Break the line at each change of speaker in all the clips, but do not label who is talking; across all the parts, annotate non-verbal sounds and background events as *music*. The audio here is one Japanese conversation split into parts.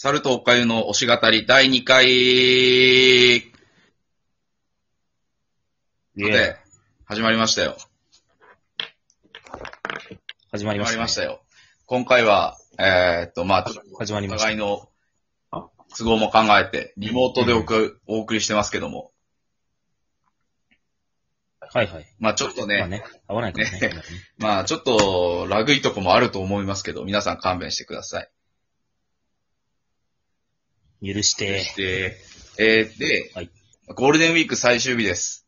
タルトおかゆの推し語り第2回
イエーイ
で始まりましたよ。
始まり
始
ま
ま
した、
り
ね。
ましたよ。今回は、えーっと、まあ、
始まり
お
ました。
互いの都合も考えて、リモートでおくお送りしてますけども、
はいはい。
まあちょっと
ま
ね、
あね、合わないからね。
ねまあちょっとラグいとこもあると思いますけど、皆さん勘弁してください。
許して。
で、えーで、
はい
ゴールデンウィーク最終日です。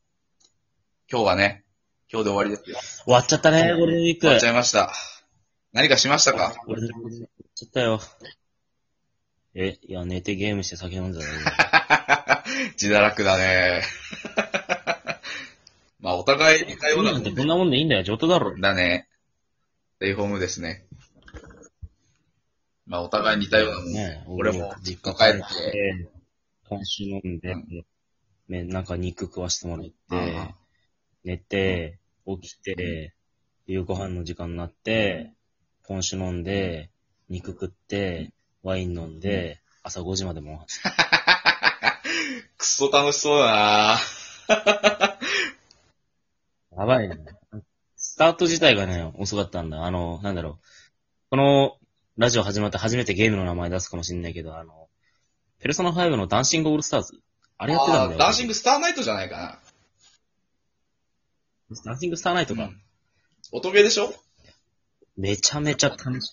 今日はね、今日で終わりですよ。
終わっちゃったね、ゴールデンウィーク。
終わっちゃいました。何かしましたか
ゴールデンウィーク終わっちゃったよ。え、いや、寝てゲームして酒飲んで
*laughs*
ただけだよ
自堕落だね。 *laughs* まあ、お互い似たよう
ゲ
な
ームな
も
んて
ん
こんなもんでいいんだよ、上等だろ。
だね。ステイホームですね。まあ、お互い似たようなもん。
ね
俺も実家帰って。
て、今週飲んで、
う
ね、なんか肉食わしてもら
う
っ
ん
て、寝て、起きて、夕ご飯の時間になって、ポン酒飲んで、肉食って、ワイン飲んで、朝5時までもん。
くっそ楽しそうだな
やばいね。スタート自体がね、遅かったんだ。あの、なんだろう。この、ラジオ始まって初めてゲームの名前出すかもしれないけど、あの、ペルソナ5のダンシングオールスターズ。あれやってたんだよ。
ダンシングスターナイトじゃないかな。
ダンシングスターナイトか。
うん音ゲーでしょ
めちゃめちゃ楽し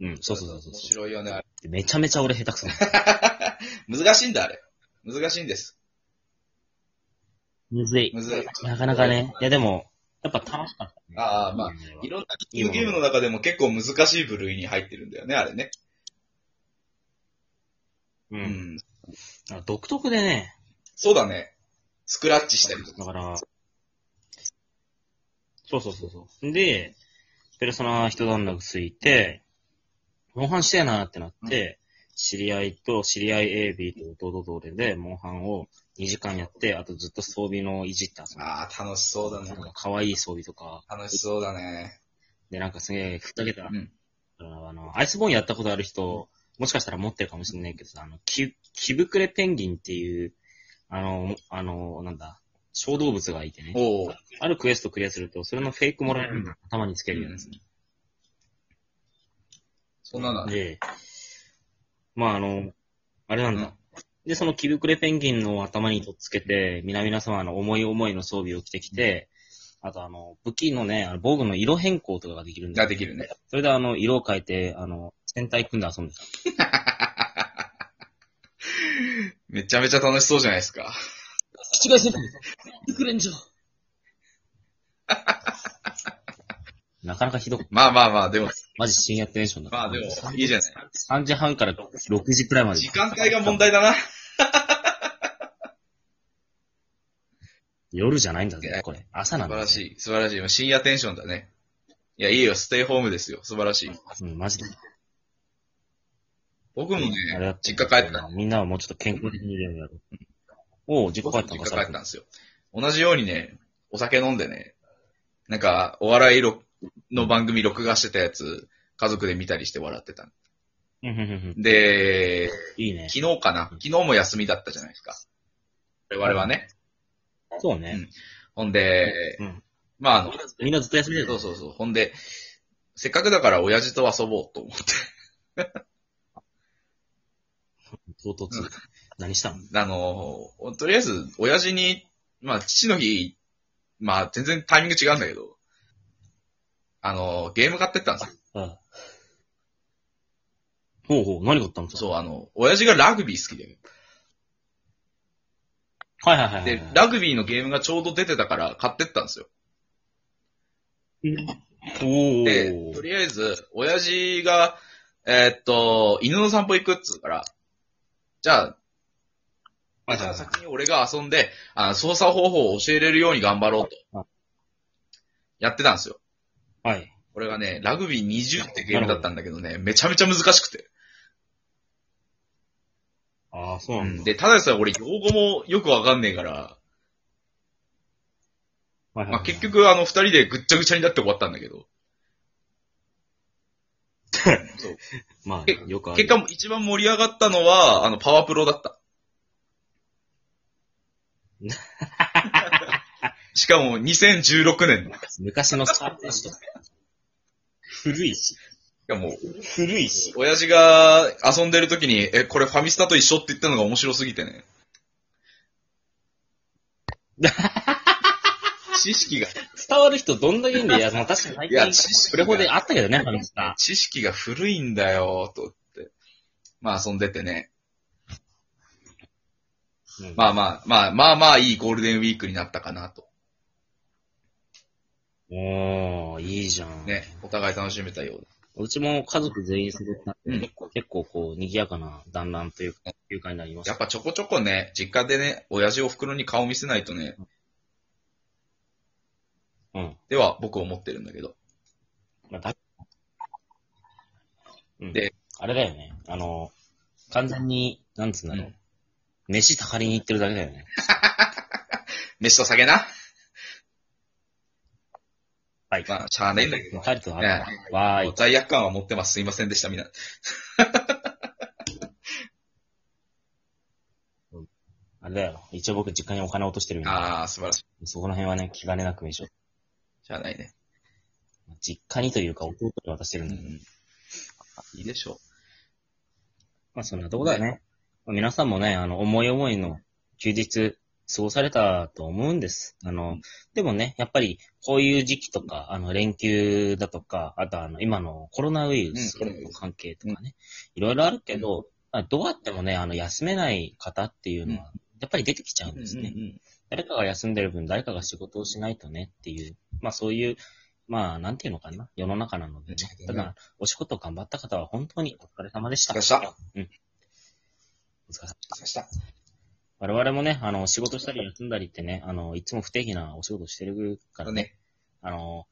い。うん、そうそうそうそう
面白いよね、あれ。
でめちゃめちゃ俺下手くそな
難しいんだ、あれ。難しいんです。
の。むずい。
むずい。
なかなかね。いやでも、やっぱ楽しかった、ね。
ああまあ
うん
いろんなゲームの中でも結構難しい部類に入ってるんだよね、あれね。
う。。
うん
なんか独特でね、
そうだね。スクラッチしたりとか。
だから、そうそうそうそう。で、ペルソナ一段落ついて、モンハンしてえなってなって、知り合いと、知り合い AB と弟と俺で、モンハンを2時間やって、あとずっと装備のいじったんですよ
ああ、楽しそうだね
なん。か可愛い装備とか、
楽しそうだね。
で、なんかすげえ、ふざけた、
うん
あの、アイスボーンやったことある人、もしかしたら持ってるかもしれないけどさ、あの、き、きぶくれペンギンっていう、あの、あの、なんだ、小動物がいてね。
おお。
あるクエストクリアすると、それのフェイクもらえるんだ。頭につけるやつ。
そんなのある
で、まああの、あれなん
うん
だ。で、そのキルクレペンギンの頭にとっつけて、皆々様の思い思いの装備を着てきて、あとあの、武器のね、あの防具の色変更とかができるんだ
が
よ。
できるね。
それであの、色を変えて、あの、戦隊組んで遊んでた。
めちゃめちゃ楽しそうじゃないですか。
口がするキルクレンジョなかなかひどく、
まあまあまあ、でも、
マジ深夜テンションだ。
まあでも、いいじゃない。
3時半から6時くらいまで。
時間帯が問題だな。
夜じゃないんだぜ、これ。朝な
素
んだ
晴
ぜ。
らしい。素晴らしい。深夜テンションだね。いや、いいよ。ステイホームですよ。素晴らしい。
うん、マジで。
僕も
あれだ
ね
っ、た
実家帰ったの。
みんなはもうちょっと健康的にゲームやろう。おう、実
僕
家
も
帰
実
ったの
家
か、
帰ったんですよ。同じようにね、お酒飲んでね、なんか、お笑い録の番組録画してたやつ、家族で見たりして笑ってた。
うんうんうんうん
で、
いいね。
昨日かな昨日も休みだったじゃないですか。我々はね。
そうね。
ほんで、
うん。
まあ、あの、
みんなずっと休みで
そうそうそう。ほんで、せっかくだから親父と遊ぼうと思って。
唐突。何したの
あの、とりあえず、親父に、まあ、父の日、まあ、全然タイミング違うんだけど、あの、ゲーム買ってったんですよ。
うん。ほうほう、何買ったのう。
そう、あの、親父がラグビー好きで。
はいはいはいはい。
で、ラグビーのゲームがちょうど出てたから買ってったんですよ。
お
で、
ー
と。りあえず、親父が、えーっと、犬の散歩行くっつうから、じゃあ、
はい
じ
は
ゃ
いは
あ
い
先に俺が遊んで、あの操作方法を教えれるように頑張ろう
あ
と。やってたんですよ。
はい。
俺がね、ラグビー20ってゲームだったんだけどね、めちゃめちゃ難しくて。
ああ、そうなんだ。
で、ただでさえ俺、用語もよくわかんねえから、
はいはい
ま
は
あ、
い
結、局あの、二人でぐっちゃぐちゃになって終わったんだけど。
って、
そう
ま
け
あ、よくある。
結果、一番盛り上がったのは、あの、パワプロだった。しかも、2016年。
昔のスター選手とか。古いし。
しかも、
古いし。
親父が遊んでる時に、え、これファミスタと一緒って言ったのが面白すぎてね。知識が、
伝わる人どんだけいいんだ
*laughs*
よ。いや、まあ確かに最
いや
近、それほどあったけどね、ファミスタ。
知識が古いんだよ、とって。まあ遊んでてね。
うん
まあまあ、まあまあまあいいゴールデンウィークになったかなと。
おー、いいじゃん。
ね。お互い楽しめたようだ。
うちも家族全員揃った
う
んで、
ん
結構結構こう、賑やかな団らんというか、休暇になりまし。
やったぱちょこちょこね、実家でね、親父を袋に顔見せないとね、
うん。
では僕思ってるんだけど。
まあ、だうん、
で
あれだよね。あの、完全に、なんつうんだろう。
うん
飯たかりに行ってるだけだよね。
飯と酒な。
はい。
まあ、しゃあねえんだけど。
帰るとあ
ね
るわーい。
罪悪感は持ってます。すいませんでした、みんな。
あれだよ。一応僕実家にお金落としてるんで、
ああ、素晴らしい。
そこら辺はね、気兼ねなく飯を。
しゃあないね。
実家にというか、弟に渡してる
うん
で、
ん。いいでしょ
まあそんなとこだよね。まあ皆さんもね、あの、思い思いの休日、過ごされたと思うんです。あの、でもね、やっぱり、こういう時期とか、あの、連休だとか、あとあの、今のコロナウイルス
うんコロナウイ
の
ルス
関係とかね、いろいろあるけど、まあどうやってもね、あの、休めない方っていうのは、やっぱり出てきちゃうん
う。
ですね。誰かが休んでる分、誰かが仕事をしないとねっていう、まあそういう、まあなんていうのかな、世の中なのでね
う。ん
ただ、お仕事を頑張った方は本当にお疲れ様でした。
お疲れ様
うん。お疲れ様。
した。
我々もね、あの、仕事したり休んだりってね、あの、いつも不定期なお仕事してる
あ
から
の
ね、
ね、
あの、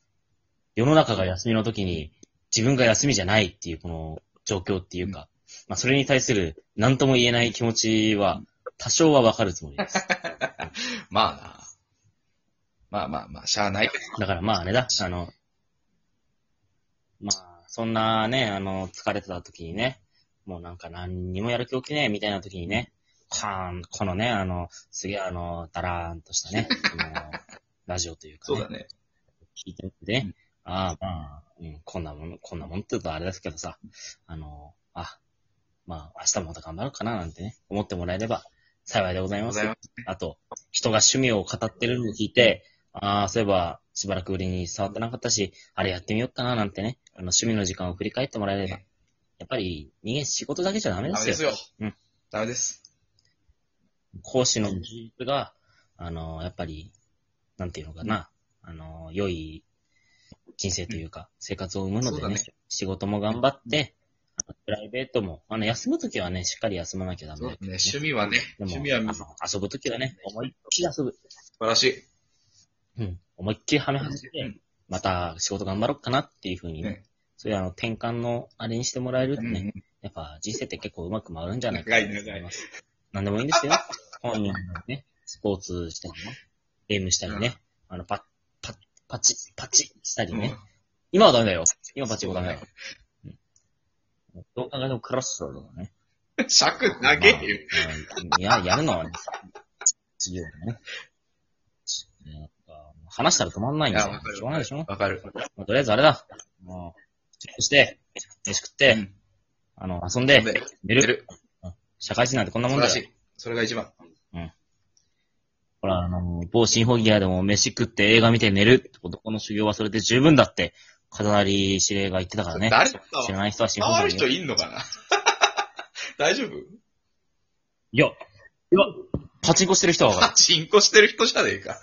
世の中が休みの時に、自分が休みじゃないっていう、この状況っていうか、まあそれに対する何とも言えない気持ちは、多少はわかるつもりです。
まあな。まあまあまあ、しゃあない。
だからまああれだ、あの、まあ、そんなね、あの、疲れてた時にね、もうなんか何にもやる気起きねえみたいな時にね、パーン、このね、あの、すげえあの、だらーんとしたね、この *laughs* ラジオというか、
そ
ね、
うだね。
聞いてみてね、
うん
ああ、まあ、うん、こんなもん、こんなもんって言うとあれですけどさ、あの、あ、まあ、明日もまた頑張ろうかななんてね、思ってもらえれば幸いでござい
ご
ま
ざ
す
い。ます。
あと、人が趣味を語ってるのを聞いて、ああ、そういえば、しばらくぶりに触ってなかったし、あれやってみようかななんてね、あの、趣味の時間を振り返ってもらえれば
ね、
やっぱり、人間仕事だけじゃダメで
ダメ
すよ。
ですよ
うん。
ダメです。
講師の技術が、あの、やっぱり、なんていうのかな、あの、良い人生というか、生活を生むの
そう
で
だ
ね、
ね
仕事も頑張って、あのプライベートも、あの、休むときはね、しっかり休まなきゃダメ
そう
だ
だね
けど、。
趣味はね、
でも
趣味は
あ
素
の遊ぶときはね、思いっきり遊ぶ。
晴らしい。
うん。思いっきりはめ外し
う
て
ん、
また仕事頑張ろうかなっていうふうに、
ね
そういうあの転換のあれにしてもらえると
う
ね、
ん
やっぱ人生って結構うまく回るんじゃないか
長い
と
長
思い
い
ます。なんでもいいんですよ。本人のね、スポーツしたりね、ゲームしたりね、あの、パパパチ、パチしたり
うん。
ね。
うん
今はダメだよ。今パチンコダメだよ。うんどう考えてもクロスロードだね。
尺投げる。
まあうんいや、やるのはね、自由だね。なんか話したら止まんないんだ
いやわ
よ
か。る
しょうがないでしょ
わかる。
まあとりあえずあれだ。もう、チェックして、飯食って、
うん
あの、遊んで、
で
寝
出
る。
る。
社会人なんてこんな
素
もん
晴ら
だ
し
よ。
い。それが一番。
ほら、あの、某シンフォギアでも飯食って映画見て寝る。男の修行はそれで十分だって、風成司令が言ってたからね。
誰だわ
知らない人はシンフォギ
あ
ア
る
に
人いんのかな *laughs* 大丈夫
いや、いや、パチンコしてる人は
*laughs*
分か
パチンコしてる人じゃねえ
*laughs*
か。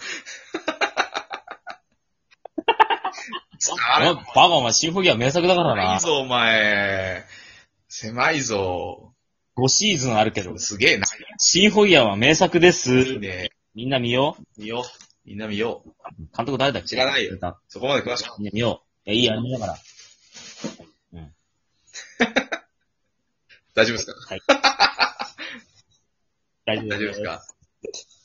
*laughs*
る。え、バカお前シンフォギア名作だから
狭。
ない
ぞ、お前。狭いぞ。
5シーズンあるけど。
すげえな。
シンフォギアは名作です。
いいね。
みんな見よ
見よう。みんな見よう。
う。監督誰だっけ
知らないよ
みんな
そこまで詳しく。
見よう。いや、いいや、見ながら。
大丈夫ですか
大丈
大
夫
丈夫ですか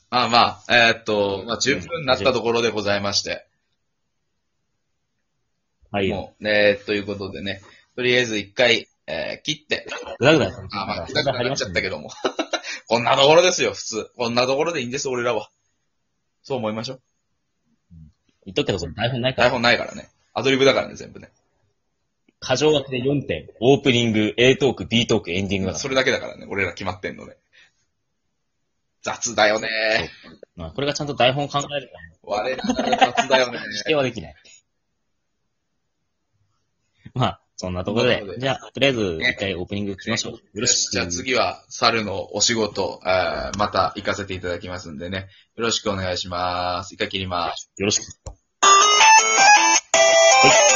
まあまあ、えーっと、まあ、10分になったところでございまして。
はいよ。
もう、ね、ということでね。とりあえず一回、えー切って、
ぐだぐだやったんですよ
あ、まあ、
ぐ
痛
だ
く
ぐだ入
な
りま
っち
し
ゃ
た
ったけ
ね。
ども。 *laughs* こんなところですよ、普通。こんなところでいいんです、俺らは。そう思いましょう。
言っとくけど、それ台本ないか
台
ら。
本ないからね。アドリブだからね、全部ね。
過剰枠で4点。オープニング、A トーク、B トーク、エンディングだから
それだけだからね、俺ら決まってんのね。雑だよね。
まあこれがちゃんと台本考
*laughs*
えるか
我ながら雑だよね
ら、。否定はできない。まあ、そんなところ
そんなところ
で。
で
じゃあ、とりあえず、一回オープニング行きましょう。よろしく。
じゃあ次は、猿のお仕事、えーまた行かせていただきますんでね。よろしくお願いします。一回切ります。
よろしく。はい